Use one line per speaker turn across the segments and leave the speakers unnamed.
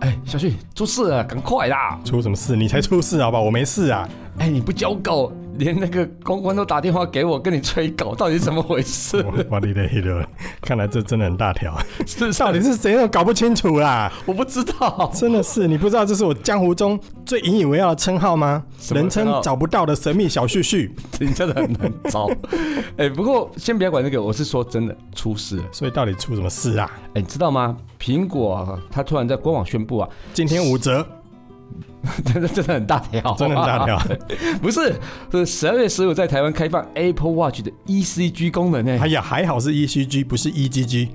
哎，小旭，出事了，赶快啦！
出什么事？你才出事好吧？我没事 啊。
哎，你不教狗，连那个公关都打电话给我跟你催狗，到底怎么回 事？
我我的嘞的，看来这真的很 大条，
是
到底是谁都搞不清楚啦。
我不知道。
真的是，你不知道这是我江湖中最引以为傲的称号吗？
什么
人
称号
称找不到的神秘小旭旭。
你 真的很难招。哎、不过先不要管这个，我是说真的出事了。
所以到底出什么事啊？
哎、你知道吗？苹果啊，它突然在官网宣布啊，
今天五折，
哦真的真的很大条，啊
真的很大条。
不是，是十二月十五在台湾开放 Apple Watch 的 ECG 功能呢、
哎呀，还好是 ECG 不是 E EGG，EGG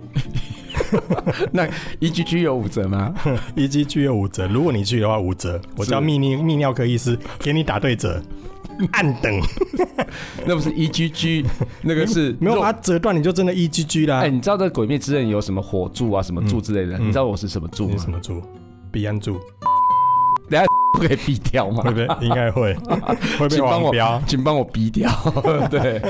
那 ECG 有五折吗？
E 有五折。如果你去的话五折，我叫泌尿泌尿科医师给你打对 折，按等
那不是 EGG，那个是
没有
肉
把它折断你就真的 EGG 啦。
哎、你知道这《鬼灭之刃》有什么火柱啊、什么柱之类
嗯
的？你知道我是什么柱
你
吗
是？什么猪？彼岸猪
不可以逼掉吗
会？不会？应该会，会被
请帮
黄
我
标。
请帮我逼掉。 对，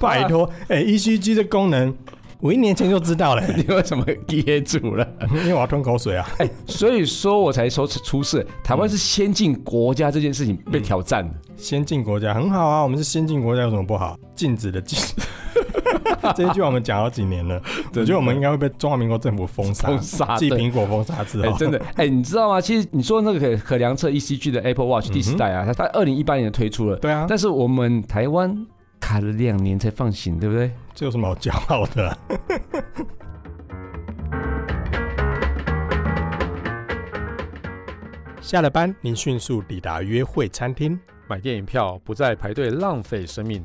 拜托， 哎、e c g 这功能，我一年前就知道了、
你为什么噎住了？
因为我要吞口水啊。
哎、所以说我才说出事。台湾是先进国家这件事情被
嗯
挑战的。
先进国家很好啊，我们是先进国家，有什么不好？禁 止的禁。这一句话我们讲好几年了，我觉得我们应该会被中华民国政府封杀，
封杀
继
对
苹果封杀之
哎、
后，
真的，哎、你知道吗？其实你说那个可可量测 ECG 的 Apple Watch 第四代啊，它它二零一八年就推出了，
嗯对啊，
但是我们台湾卡了两年才放行，对不对？
这有什么好骄傲的 啊、下了班，您迅速抵达约会餐厅，
买电影票不再排队浪费生命，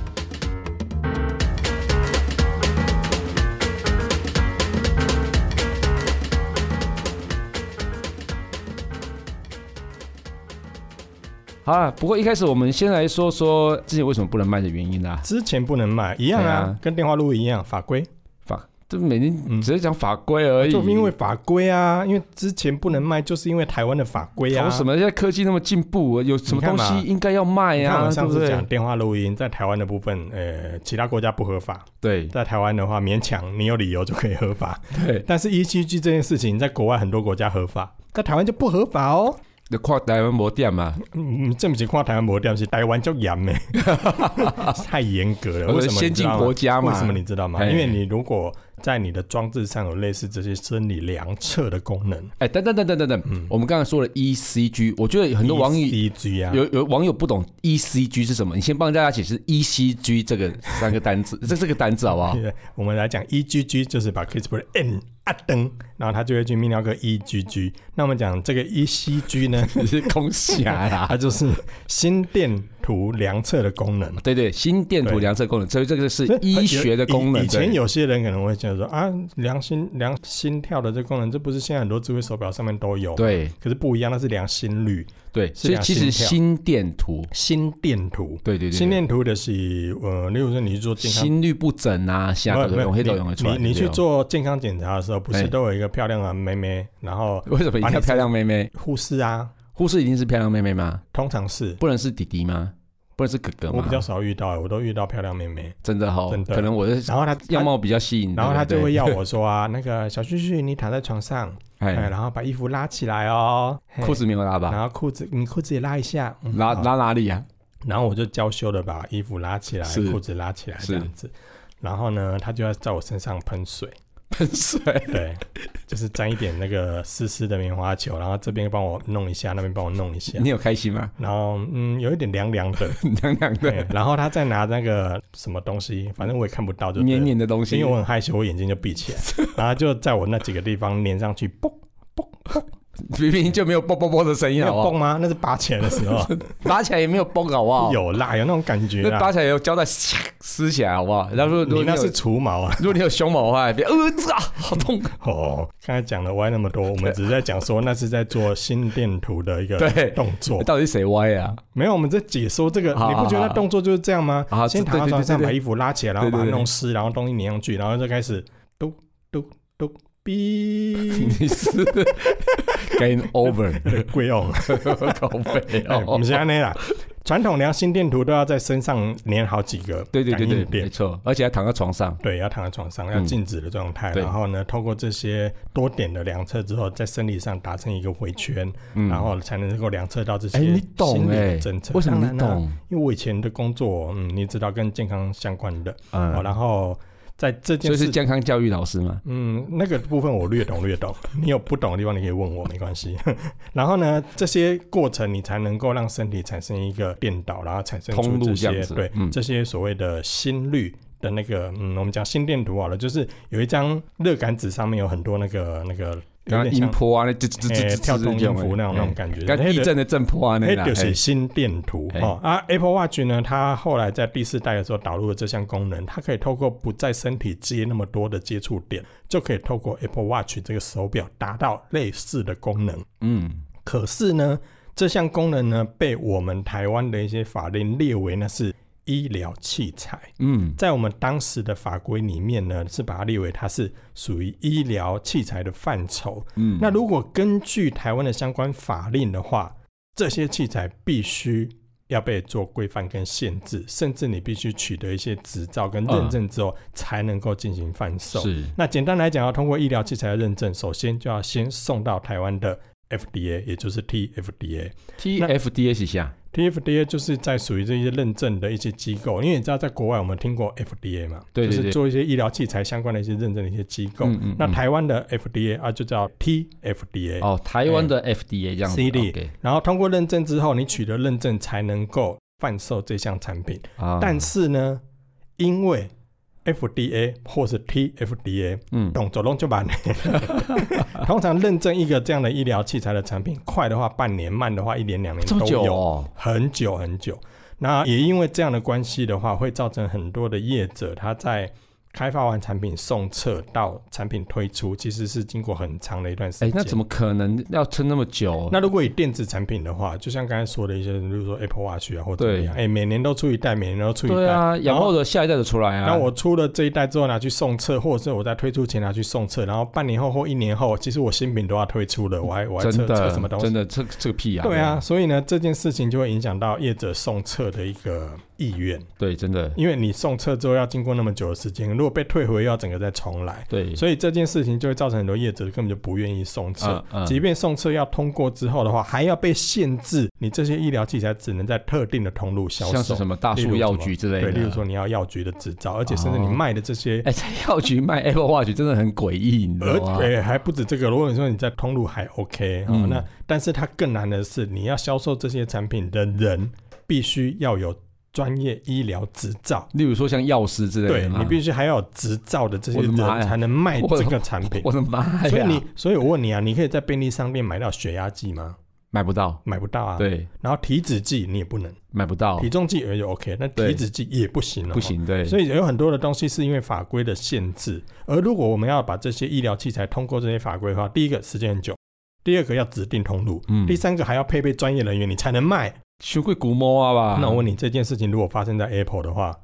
好啊啦，不过一开始我们先来说说之前为什么不能卖的原因啦、啊
之前不能卖，一样啊，
对啊
跟电话录音一样，法规。
法，这每天
嗯
只是讲法规而已。
就是因为法规啊，因为之前不能卖，就是因为台湾的法规啊。
搞什么？现在科技那么进步，有什么东
你看
西
嘛
应该要卖
你看我
呀、啊
们
对
上
不
次
对
讲？电话录音，在台湾的部分，呃，其他国家不合法，
对
在台湾的话，勉强你有理由就可以合法。
对，
但是 ECG 这件事情，在国外很多国家合法，在台湾就不合法哦。
就跨台湾模店嘛，
嗯，这不是看台湾没掉，是台湾就严呢， 太严格了。
我
呃为
们
什么你
先
知
进
道吗
国家嘛。
为什么你知道吗？
嘿
因为你如果在你的装置上有类似这些生理量测的功能，
哎，等等等等等等，
嗯
我们刚才说了 ECG，我觉得很多网友
ECG 啊，
有有网友不懂 ECG 是什么，你先帮大家解释 ECG 这个三个单字， 这这个单字好不 好？
对我们来讲 EGG 就是把 CRISPR N 按灯，然后它就会去泌尿科 EGG。那我们讲这个 ECG 呢，
你是空啊侠啦。
它就是心电图量测的功能。
对对，心电图
对
量测功能，所以这个是
所以呃
医
有
学的功能。
以以前
对
有些人可能会觉得说啊，量心量心跳的这功能，这不是现在很多智慧手表上面都有？，
对
可是不一样，那是量心率、
对，
是
所以
量
其实
心
心
跳
电图，
心电图。
对对对，
心电图的是呃，例如说你去做健康
心率不整啊，下
没
个
有
东西
没有你
都容易出来。
你你去
对哦，
做健康检查的时候，不
哎
是都有一个漂亮的妹妹，然后
为什么一定要漂亮妹妹？
护士啊，
护士一定是漂亮妹妹吗？
通常是
不能是弟弟吗？不能是哥哥
我
吗
比？较少遇到，我都遇到漂亮妹妹，
真的哈，
真的
可能我的
然后她
样
她
貌比较吸引，
然后她
对
就
不
会
对
要我说啊，那个小旭旭，你躺在床上，哎，
哎，
然后把衣服拉起来哦，嘿
裤，子没有拉吧？
然后裤子你裤子也拉一下，嗯
拉，
好
拉哪里啊？
然后我就娇羞的把衣服拉起来，
是
裤子拉起来
是
这样子，然后呢，她就要在我身上喷 水，
喷水。
对，就是沾一点那个湿湿的棉花球，然后这边帮我弄一下，那边帮我弄一下，
你有开心吗？
然后嗯，有一点凉凉的，
凉凉
哎对
的，，
然后他再拿那个什么东西，反正我也看不到就对了，
黏黏的东
因
西
为，我很害羞，我眼睛就闭起来， 然后就在我那几个地方粘上去，嘣，
明明就没有啵啵啵的声音，
有
好不好？
嘣啊吗？那是拔起来 的时候，
拔起来也没有嘣，好不好？，
有啦，有那种感觉
哦那
啦
拔。起来有胶带撕撕起来，好不好？然后如果如
啊你
果
那
有
是除毛啊！
如果你有胸毛的话，别呃这啊，好痛。
哦，刚才讲了歪那 么多，我们只是在讲说那是在做心电图的一个
对
动作，
到底谁歪啊？
没有，我们在解说这个，
好
你不觉
好
得
好
动作就是这样吗
好？
先
这
躺到
对对
床上
对对
把衣服拉起来，然后
对对
把它
对
弄湿，然后东西粘上去， 然后就开始嘟嘟嘟哔，
你是嘟 Game Over，
贵哦，
靠背
哎我
哦
们。现在那啦，传统量心电图都要在身上粘好几个
对对
感
对
应
对，
点
没，错，而且还躺在床上。
对，要躺在床上，要
嗯
静止的状态，
对
然后呢，透过这些多点的量测之后，在生理上达成一个回圈，
嗯
然后才能够量测到这些
哎你懂
心理的
哎
政策。
为什么
当
你
然啦啊
懂？
因为我以前的工作，嗯，你知道跟健康相关的，哦，
嗯，
然后在这
所
件
以是
事，
健康教育老师嘛？
嗯，那个部分我略懂略懂，你有不懂的地方你可以问我，没关系。 然后呢，这些过程你才能够让身体产生一个变导，然后产生出
通路
这
这
些
样子
对、
嗯
这些所谓的心率。的那个，嗯，我们讲心电图好了，就是有一张热感纸，上面有很多那个那个有
然后
点
音
像
波啊，那这这
诶、
这哎
跳动音符那种那种，感觉，
跟
那
地
个
震的震波啊，那
哎，
啦
就是
嘿
心电图
嘿
哦。啊，Apple Watch 呢，它后来在第四代的时候导入了这项功能，它可以透过不在身体接那么多的接触点，就可以透过 Apple Watch 这个手表达到类似的功能。
嗯，
可是呢，这项功能呢，被我们台湾的一些法令列为那是医疗器材。
嗯，
在我们当时的法规里面呢，是把它列为它是属于医疗器材的范畴。
嗯
那如果根据台湾的相关法令的话，这些器材必须要被做规范跟限制，甚至你必须取得一些执照跟认证之后，才能够进行贩售。
是
那简单来讲，要通过医疗器材的认证，首先就要先送到台湾的 FDA，也就是 TFDA。
TFDA 是下，
TFDA 就是在属于这些认证的一些机构，因为你知道在国外我们听过 FDA 嘛，
对对
就
对
是做一些医疗器材相关的一些认证的一些机构。
嗯嗯
那
嗯
台湾的 FDA 啊，就叫 TFDA，、
哦，台湾的
哎
FDA 这样子
CD
OK，
然后通过认证之后，你取得认证才能够贩售这项产品。
啊，
但是呢，因为 FDA 或是 TFDA
嗯，
懂走动就把你， 通常认证一个这样的医疗器材的产品，快的话半年，慢的话一年两年
这么
都
久
有。
哦，
很久很久。那也因为这样的关系的话，会造成很多的业者他在开发完产品送测到产品推出，其实是经过很长的一段时间。
哎，那怎
么？
么可能要撑那么久？
那如果以电子产品的话，就像刚才说的一些，比如说 Apple Watch 啊，或者怎么样，哎，每年都出一代，每年都出一代。
对啊，
然
然
后
后的下一代的出来啊，
那我出了这一代之后拿去送测，或者是我在推出前拿去送测，然后半年后或一年后，其实我新品都要推出了，我还我还测
真
测
的
什么东西
真？的这这个屁啊，
对啊，，所以呢，这件事情就会影响到业者送测的一个意愿。
对，真的，
因为你送车之后要经过那么久的时间，如果被退回，又要整个再重来，
对，
所以这件事情就会造成很多业者根本就不愿意送车。
嗯嗯
即便送车要通过之后的话，还要被限制，你这些医疗器材只能在特定的通路销
像是
售。
什么大
例如
树
什
药
么
局之类的，
对，例如说你要药局的执照，而且甚至你
哦
卖的这些，
哎，在药局卖 Apple Watch 真的很诡异，你知
而
道吗？
对还哎不止这个。如果你说你在通路还 OK，、哦
嗯、
那但是它更难的是，你要销售这些产品的人必须要有专业医疗执照。
例如说像药师之类
对
的啊嘛，
你必须还要有执照的这些
嗯我的
人
妈呀
才能卖
我
这个产品
我。的妈
所以
呀，
你，所以我问你啊，你可以在便利商店买到血压计吗？
买不到，
买不到啊。。
对，
然后体脂计你也不能，
买不到
体，重计也就 OK，那体
哦对
脂计也不行了。啊哦
不。行，对，
所以有很多的东西是因为法规的限制，而如果我们要把这些医疗器材通过这些法规的话，第一个时间很久，第二个要指定通路，
嗯
第三个还要配备专业人员，你才能卖。
学会古摸啊吧？
那我问你，这件事情如果发生在 Apple 的话，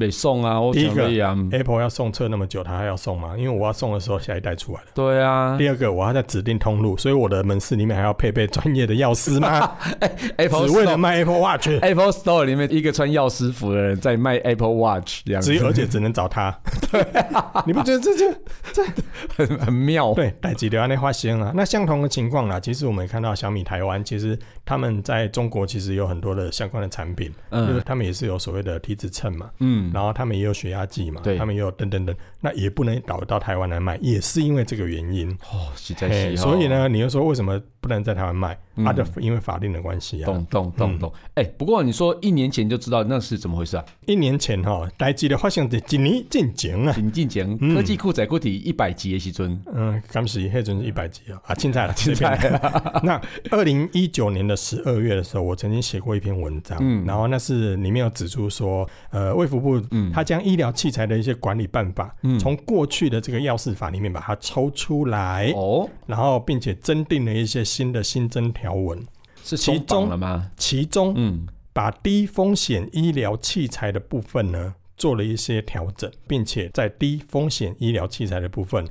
北送啊，我
第一
想
个哎
而已啊，嗯
Apple 要送车那么久，它还要送吗？因为我要送的时候，下一代出来了。
对啊
第二个，我要在指定通路，所以我的门市里面还要配备专业的药师吗？只
，Apple 哎
为了
Store-
卖 Apple Watch，
Apple Store 里面一个穿药师服的人在卖 Apple Watch，这样
只
子
有而且只能找 他。
啊
对， 你不觉得这就
很很妙，
对哦代几流安内花仙啊？那相同的情况啦，其实我们也看到小米台湾，其实他们在中国其实有很多的相关的产品，就是
嗯
他们也是有所谓的体脂秤嘛，
嗯，
然后他们也有血压计嘛，
对
他们也有等等等，那也不能导到台湾来卖，也是因为这个原因。
哦，实在
嘿
是，哦
所以，呢，你又说为什么不能在台湾卖？
嗯
啊，就因为法令的关系啊。
懂懂懂
嗯
懂，哎，不过你说一年前就知道那是怎么回 事啊？
一年前哈，台积的发生在一年进前啊，
引进前
嗯
科技库仔库体一百集的时尊，
嗯，当时迄阵是一百集啊，啊，现在了，现
在
那二零一九年的十二月的时候，我曾经写过一篇文章，
嗯
然后那是里面有指出说，呃，卫福部
嗯，
它将医疗器材的一些管理办法，
嗯
从过去的这个药事法里面把它抽出来，
哦
然后并且增订了一些新的新增条文，
是
其
松绑
中
了吗？
其中
嗯，
把低风险医疗器材的部分呢做了一些调整，并且在低风险医疗器材的部分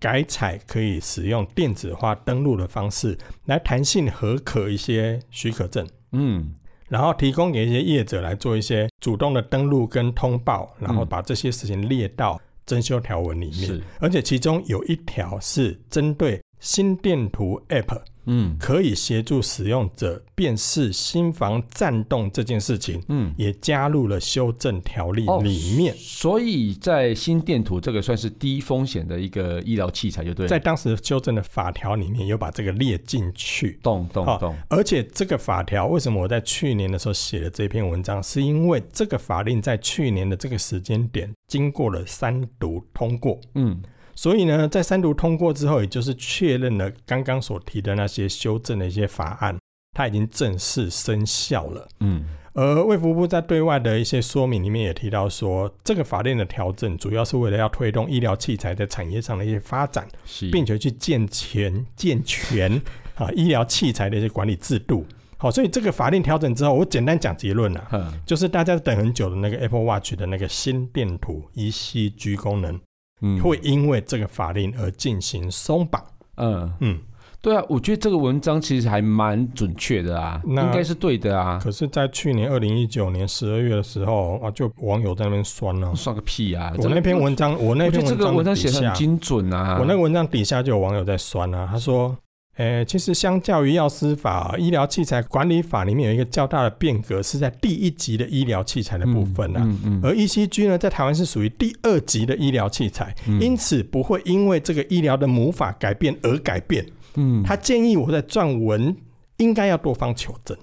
改采可以使用电子化登录的方式来弹性核可一些许可证，
嗯，
然后提供给一些业者来做一些主动的登录跟通报，然后
嗯
把这些事情列到征修条文里面。
是，
而且其中有一条是针对心电图 App
嗯
可以协助使用者辨识新房颤动这件事情，
嗯。
也加入了修正条例
哦
里面。
所以在心电图这个算是低风险的一个医疗器材，就对了。
在当时修正的法条里面有把这个列进去，
动动
好
动，
而且这个法条为什么我在去年的时候写了这篇文章，是因为这个法令在去年的这个时间点经过了三读通过，
嗯
所以呢，在三读通过之后，也就是确认了刚刚所提的那些修正的一些法案，它已经正式生效了。
嗯
而卫福部在对外的一些说明里面也提到说，这个法令的调整主要是为了要推动医疗器材在产业上的一些发展，
是，
并且去健全健全啊医疗器材的一些管理制度。好，所以这个法令调整之后，我简单讲结论啦、
哼
就是大家等很久的那个 Apple Watch 的那个心电图 ECG ，E 功能，
嗯
会因为这个法令而进行松绑。
嗯
嗯，
对啊，我觉得这个文章其实还蛮准确的啊，
那
应该是对的啊，
可是，在去年二零一九年十二月的时候啊，就网友在那边酸了、
算个屁啊！
我那篇文章，我那
我觉得
篇
这个文章写
底
的
下
很，精准啊，
我那个文章底下就有网友在酸啊，他说。呃，其实相较于药师法、医疗器材管理法里面有一个较大的变革，是在第一级的医疗器材的部分啊。
嗯嗯嗯
而 ECG 呢，在台湾是属于第二级的医疗器材，
嗯
因此不会因为这个医疗的母法改变而改变。
嗯，
他建议我在撰文应该要多方求证。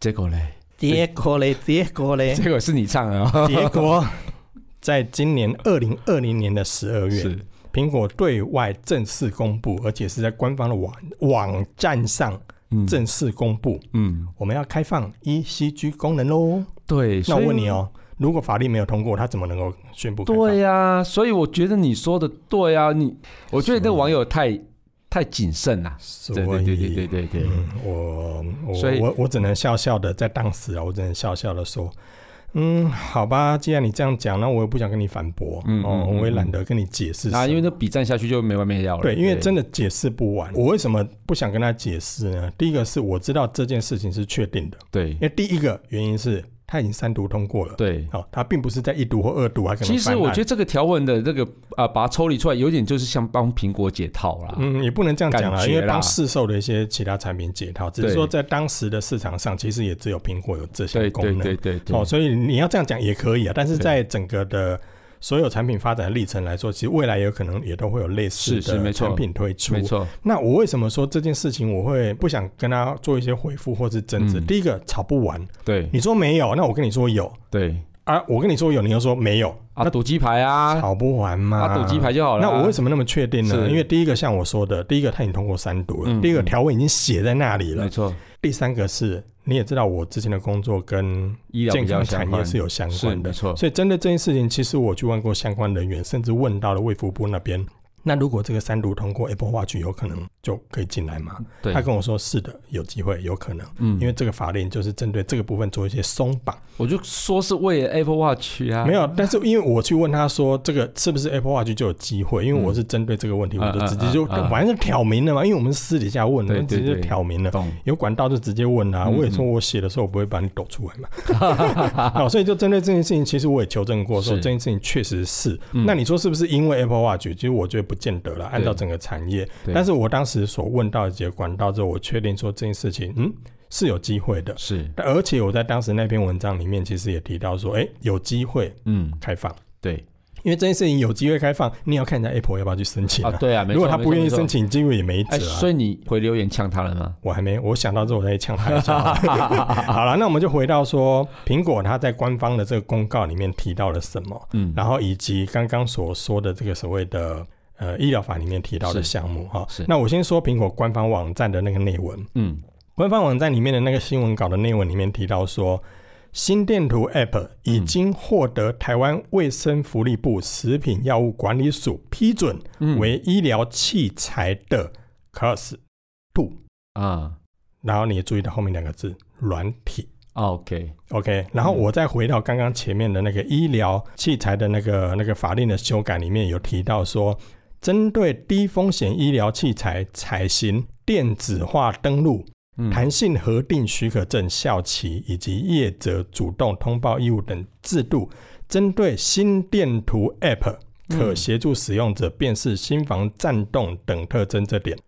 结果嘞，
结果嘞，结果嘞，
结果是你唱的啊，
结果在今年二零二零年的十二月，
是
苹果对外正式公布，而且是在官方的网网站上
嗯
正式公布，
嗯
我们要开放 ECG 功能喽。
对，
那
所以
我问你哦，如果法律没有通过，他怎么能够宣布开放？
对呀、啊所以我觉得你说的对啊，你我觉得那网友太太谨慎啦、
所
对
以，
对对对对对对，
嗯，我
所以
我我我只能笑笑的，在当时啊，我只能笑笑的说，嗯，好吧，既然你这样讲，那我也不想跟你反驳，
嗯
哦，
嗯嗯
我也懒得跟你解释
啊，因为
什么
那比战下去就没完没了了，
对，因为真
的
的解释不完。我为什么不想跟他解释呢？第一个是我知道这件事情是确定的，
对
因为第一个原因是他已经三读通过了，
对。
好、他并不是在一读或二读，还可能
其实
翻
我
案
觉得这个条文的这个啊、把它抽离出来，有点就是像帮苹果解套啦。
嗯，也不能这样讲
感
啦，
觉
因为
啦
帮市售的一些其他产品解套，只是
对
说在当时的市场上，其实也只有苹果有这些
对
功
对
能。
对对对。
哦，所以你要这样讲也可以啊，但是
对
在整个的所有产品发展的历程来说，其实未来有可能也都会有类似
是是
的
没错
产品推出。
没错，
那我为什么说这件事情我会不想跟他做一些回复或是争执？
嗯
第一个吵不完，
对
你说没有，那我跟你说有
对
啊，我跟你说有，你又说没有，
啊，赌鸡排啊，
吵不完嘛，
啊，赌鸡排就好了
那
啊。
我为什么那么确定呢？
是
因为第一个像我说的，第一个它已经通过三读了，
嗯
第二个条文已经写在那里了
没，错，
第三个是你也知道我之前的工作跟
医疗
健
比较
康
相
产业
关
是有相
是
关的
没，错，
所以针对这件事情，其实我去问过相关人员，甚至问到了卫福部那边。那如果这个三读通过 Apple Watch，有可能就可以进来吗？
对
他，跟我说是的，有机会，有可能，
嗯
因为这个法令就是针对这个部分做一些松绑。
我就说是为了 Apple Watch 啊，
没有，但是因为我去问他说这个是不是 Apple Watch 就有机会，因为我是针对这个问题，
嗯
我就直接就
嗯嗯嗯嗯
反正挑明了嘛，因为我们是私底下问的，
对
我们直接
对
就
对
挑明了。
懂，
有管道就直接问啦、
嗯嗯
我也说我写的时候我不会把你抖出来嘛， 好，所以就针对这件事情，其实我也求证过，说
是
这件事情确实是。
嗯
那你说是不是因为 Apple Watch？其实我觉得不见得了，按照整个产业。
对
但是我当时所问到的几个管道之后，我确定说这件事情，嗯，是有机会的。
是，
但而且我在当时那篇文章里面，其实也提到说，哎、有机会
嗯，
开放，
对
因为这件事情有机会开放，你也要看人家 Apple 要不要去申请、
啊，对啊，没错
如果他不愿意，
没错
申
没错
请，机会也没
哎，
辙啊。
所以你回留言呛他了吗？
我还没，我想到之后我再呛他一下。 好了，那我们就回到说，苹果它在官方的这个公告里面提到了什么，
嗯，
然后以及刚刚所说的这个所谓的呃医疗法里面提到的
是
项目哈
是。
那我先说苹果官方网站的那个内文，
嗯，
官方网站里面的那个新闻稿的内文里面提到说，心电图 App 已经获得台湾卫生福利部食品药物管理署批准
嗯
为医疗器材的 Class Two。
啊
然后你也注意到后面两个字“软体
啊，OK，”。
OK，然后我再回到刚刚前面的那个医疗器材的那个那个法令的修改里面有提到说，针对低风险医疗器材采行电子化登录、
嗯
弹性核定许可证效期以及业者主动通报义务等制度，针对心电图 App 可
嗯
协助使用者辨识心房颤动等特征这点。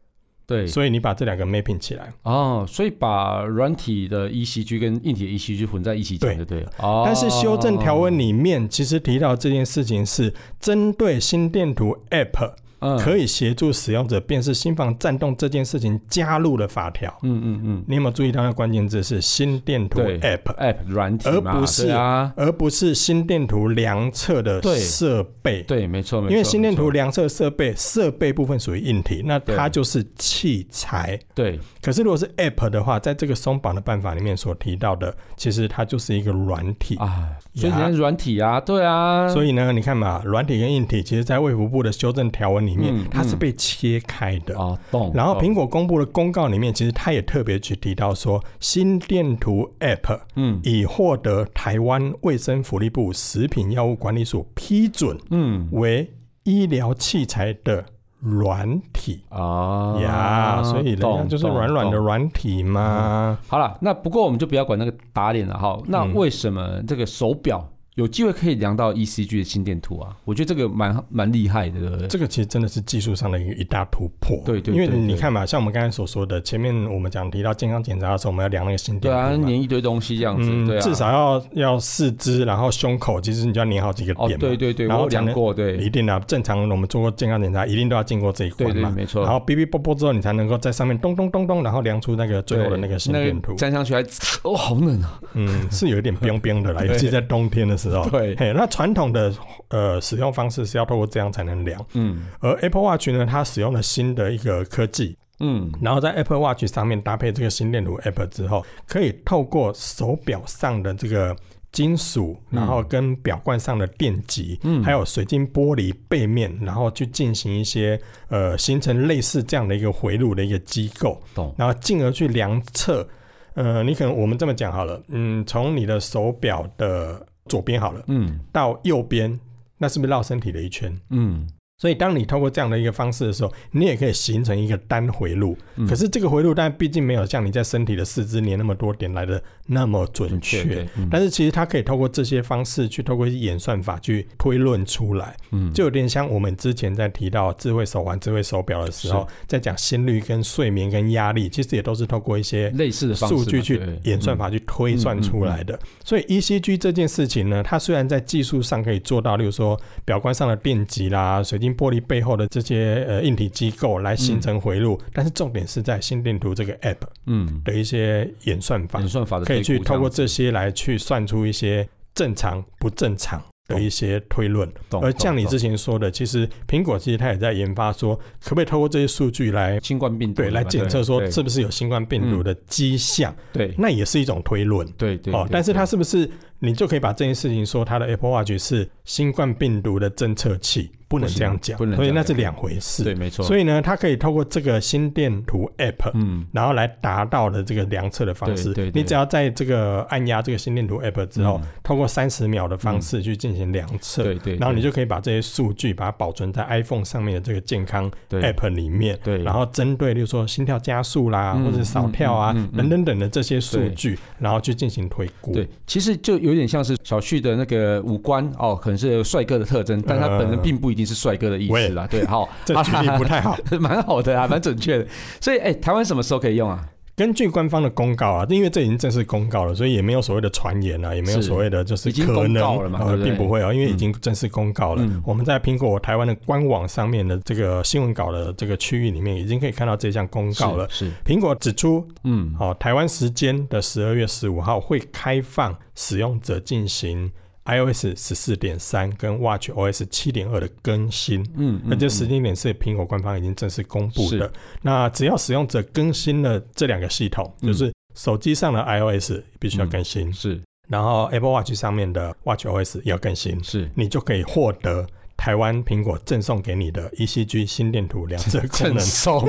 对，
所以你把这两个 mapping 起来，
哦，所以把软体的 ECG 跟硬体的 ECG 混在一起讲
对
就对了。哦，
但是修正条文里面其实提到这件事情是针对心电图 App
嗯
可以协助使用者辨识心房颤动这件事情加入了法条。
嗯嗯嗯
你有没有注意到那关键字是心电图
对
App，
，App 软体嘛，
而不是
对啊，
而不是心电图量测的
对
设备？
对，没错，没错
因为心电
没
图
错
量测设备设备部分属于硬体，那它
对
就是器材。
对
可是如果是 App 的话，在这个松绑的办法里面所提到的，其实它就是一个软体。
啊，所以
呀
人家软体啊，对啊，
所
以
以呢，你看嘛，软体跟硬体，其实在卫福部的修正条文里面，
嗯
它是
嗯
被切开的。
啊懂。
然后
懂
苹果公布的公告里面，其实它也特别去提到说，心电图 App
嗯
已获得台湾卫生福利部食品药物管理署批准
嗯
为医疗器材的软体。
啊
呀所以人家
懂
就是
懂
软软的
懂嗯
软体嘛。
好了，那不过我们就不要管那个打脸了哈。那为什么这个手表有机会可以量到 ECG 的心电图啊？我觉得这个蛮蛮厉害的，对不对？
这个其实真的是技术上的一个一大突破。
对对
因为
对
你
对
看嘛，像我们刚才所说的，前面我们讲提到健康检查的时候，我们要量那个心
对
电
啊，
图嘛。嗯
粘一堆东西这样子，对啊，
至少要要四肢，然后胸口，其实你就要粘好几个
哦，
点嘛。
对对对，
然
我
后
有量
才能
过，对
一定的、啊，正常我们做过健康检查，一定都要经过这一关
对对，
嘛。
没错。
然后哔哔啵啵之后，你才能够在上面咚咚咚咚，然后量出那个最后的
对
那个心电图。
粘上去还哦，好冷啊！
嗯，是有一点冰冰的啦，
对
尤其在冬天的时候。
对，
嘿，那传统的呃使用方式是要透过这样才能量，
嗯
而 Apple Watch 呢，它使用了新的一个科技，
嗯，
然后在 Apple Watch 上面搭配这个心电图 App 之后，可以透过手表上的这个金属，
嗯
然后跟表冠上的电极，
嗯
还有水晶玻璃背面，然后去进行一些呃形成类似这样的一个回路的一个机构，
懂
然后进而去量测。呃，你可能我们这么讲好了，嗯，从你的手表的左边好了
嗯
到右边，那是不是绕身体的一圈？
嗯，
所以，当你透过这样的一个方式的时候，你也可以形成一个单回路。
嗯
可是这个回路，但毕竟没有像你在身体的四肢连那么多点来的那么准确。
对，嗯
但是其实它可以透过这些方式去透过演算法去推论出来，
嗯
就有点像我们之前在提到智慧手环、智慧手表的时候，在讲心率、跟睡眠、跟压力，其实也都是透过一些
类似的方式嘛
数据去
对
演算
嗯
法去推算出来的。所以 ECG 这件事情呢，它虽然在技术上可以做到，例如说表观上的电极啦、水晶玻璃背后的这些呃硬体机构来形成回路，但是重点是在心电图这个 App
嗯
的一些演算法
演，算法的
可以去
推估
透过
这样
这些来去算出一些正常、不正常。的一些推论，
懂
而像你
懂
之前说的，其实苹果其实它也在研发说，可不可以透过这些数据来
懂新冠病毒
对来检测说
对
是不是有新冠病毒
嗯
的迹象，
对
那也是一种推论。
对对
哦，
对
但是它
对
是不是你就可以把这件事情说它的 Apple Watch 是新冠病毒的侦测器？不能
不行
这样讲
不，能
所以
这样
那是
讲
两回事
对。没错，
所
以
以呢，它可以透过这个心电图 App，、
嗯
然后来达到的这个量测的方
对
式。
对对
你只要在这个按压这个心电图 App 之后，
嗯
透过三十秒的方式去进行量测，
对对，
然后你
就
就可以把这些数据把它保存在 iPhone 上面的这个健康 App 里面。
对，
然后针对，例如说心跳加速啦，
嗯
或者扫跳啊、
嗯嗯嗯嗯
等等等的这些数
对
据，然后去进行推估。
对，其实就有点像是小旭的那个五官哦，可能是帅哥的特征，但他本人
呃
并不一定是帅哥的意
喂
思啦。对，好，
这举例不太好。
蛮好的啊，蛮准确的。所以，哎、台湾什么时候可以用啊？
根据官方的公告啊，因为这已经正式公告了，所以也没有所谓的传言啊，也没有
是
所谓的就是
已经
可
公
能
告了嘛
呃
对不对
并不会啊，因为已经正式公告了。
嗯
我们在苹果台湾的官网上面的这个新闻稿的这个区域里面，已经可以看到这项公告了。
是，是
苹果指出，
嗯，
哦，台湾时间的十二月十五号会开放使用者进行 iOS 十四点三跟 WatchOS 七点二的更新。
嗯，
那
嗯
这时间点是苹果官方已经正式公布的
是。
那只要使用者更新了这两个系统，
嗯
就是手机上的 iOS 必须要更新，
嗯是
然后 Apple Watch 上面的 WatchOS 也要更新，
是
你就可以获得台湾苹果赠送给你的 ECG 心电图量测功
赠
能。
送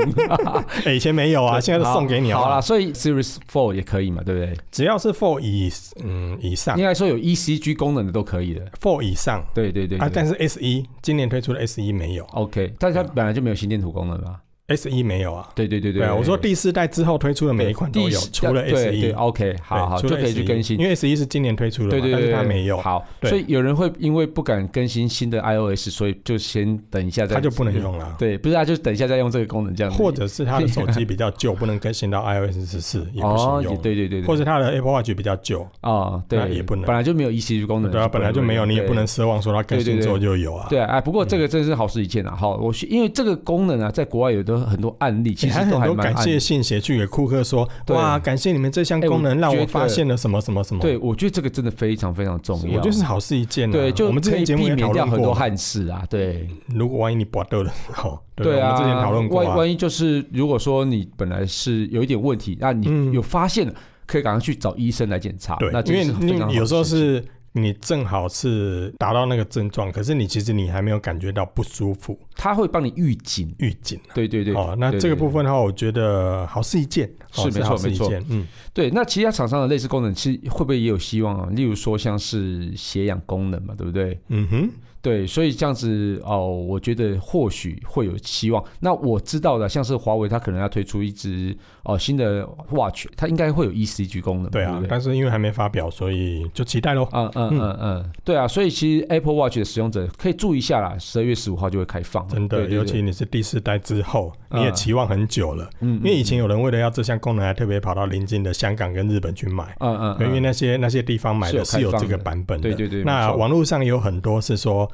哎、以前没有啊，现在都送给你
好
啊。
啦，所以 Series Four 也可以嘛，对不对？
只要是 Four 以嗯以上
应该说有 ECG 功能的都可以的。
，Four 以上
对对对
啊，
对
但是 S 一今年推出的 S 一没有啊
OK，但是它本来就没有心电图功能嘛。
，S 一没有啊。
对对对
对啊，我说第四代之后推出的每一款都
第
有，
十
除了
对
S
对
一。
OK，好好
除
就
了
可以去
S1
更新。
因为 S E 一是今年推出的嘛，
对对对，
但是它
对
没有，
好，
对
所以有人会因为不敢更新新的 iOS，所以就先等一下再，
它就不能。用了。
对，不是啊，就是等一下再用这个功能这样子。
或者是它的手机比较旧，不能更新到 iOS 十四，也不
哦
行，
也
用。
对对对，对
或者它的 Apple Watch 比较旧，
哦，
那
对，
也不能
本来就没有 ECG 功能，
对啊，本来就没有，你也
对
不能奢望说它更
对对
新
对
之后就有啊。
对啊，哎不过这个真是好事一件啊！好，我是因为这个功能啊，在国外有的很多案例，其
你还
实都
很
还
多
蛮
感
暗
谢信写去给库克说，
对
哇，感谢你们这项
哎我
功能让
觉
我
得
发现了什么什么什么。
对，，我觉得这个真的非常非常重要，
我就是好事一件啊。
对，就
我们之
可
前
以
节目
避
也
免
讨
掉
论
很多
过，
汉事啊，对
如果万一你拔豆的时候， 对不对
啊，
我们之前讨论过
万
啊。
万一就是如果说你本来是有一点问题，那你
嗯
有发现了，可以赶快去找医生来检查。
对
那，这
因为
是非常好
你
的
有时候
事情
是你正好是达到那个症状，可是你其实你还没有感觉到不舒服，
他会帮你预警，
预警。
对对对，
哦，那
对
这个
对
部分的话，我觉得好事一件，
是
哦
没错
好事
没
一
错
件。嗯，
对，那其他厂商的类似功能，其实会不会也有希望啊？例如说像是血氧功能嘛，对不对？
嗯哼，
对，所以这样子哦，我觉得或许会有希望。那我知道的，像是华为，它可能要推出一只哦新的 watch，它应该会有 ECG 功能，
对
对
啊
不，对
但是因为还没发表，所以就期待咯。
嗯嗯嗯嗯，对啊，所以其实 Apple Watch 的使用者可以注意一下啦，十二月十五号就会开放了，
真的，
对对
尤
对
其你是第四代之后，你也
嗯
期望很久了，
嗯，
因为以前有人为了要这项功能，还特别跑到邻近的香港跟日本去买。
嗯嗯，
因为
嗯
那些那些地方买的
是
是
有
有
开放
这个
的
版本的，
对对对，
那
没错
网络上也有很多是说，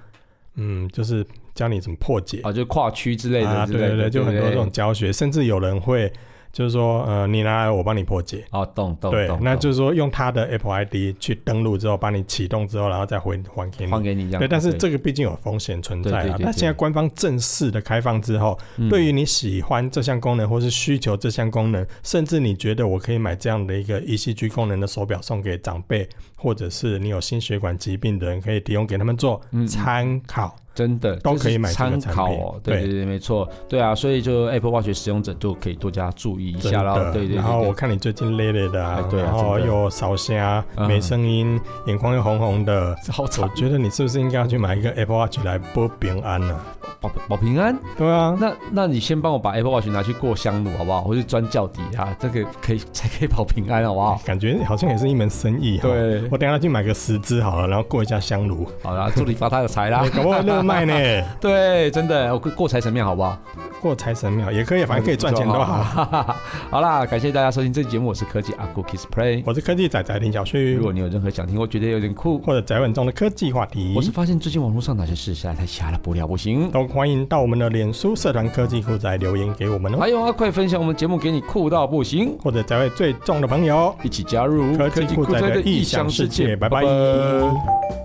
嗯，就是教你怎么破解
啊就是跨区之类的
啊，
之
对
类的，
对对，就很多
对
这种教学，甚至有人会就是说，呃，你拿来我帮你破解。
哦，懂懂
对
懂，，
那
懂
就是说用他的 Apple ID 去登录之后，把你启动之后，然后再还还给你
还。给你这样，
对，但是这个毕竟有风险存在
对对
啊
对。对
那现在官方正式的开放之后，
嗯
对于你喜欢这项功能或是需求这项功能，甚至你觉得我可以买这样的一个 ECG 功能的手表送给长辈，或者是你有心血管疾病的人，可以提供给他们做
嗯嗯
参考。
真的
都
这
可以
是
买这个
参
产
考
品
哦，对
对
对对，没错，对啊，所以就 Apple Watch 使用者就可以多加注意一
真
下啦，
的，
对对对，
然后
对
我看你最近累累的
哎
啊，
对啊
然后
真的
又烧虾，
嗯
没声音，眼眶又红红的。
好
我
惨，
觉得你是不是应该要去买一个 Apple Watch 来保平安呢、啊？
保保平安。
对啊，
那那你先帮我把 Apple Watch 拿去过香炉好不好？或是钻轿底啊，这个可以 才可以保平安好不好？
感觉好像也是一门生意。，
对，
我等一下去买个十只好了，然后过一下香炉，
好啦，祝你发大财啦
哎！搞不好热卖呢。
对，真的，我过过财神庙好不好？
过财神庙也可以，反正可以赚钱都好。
好。 好啦，感谢大家收听这期节目，我是科技阿酷 Kiss Play。
我是科技仔仔林小旭
如，果你有任何想听或觉得有点酷，
或者宅稳中的科技话题
我，是发现最近网络上哪些事实在太瞎了，不了不行。
都欢迎到我们的脸书社团科技酷仔留言给我们哦，
还有啊，快分享我们节目给你酷到不行，
或者宅位最重的朋友。
一起加入
科技酷仔的异想世界，拜拜。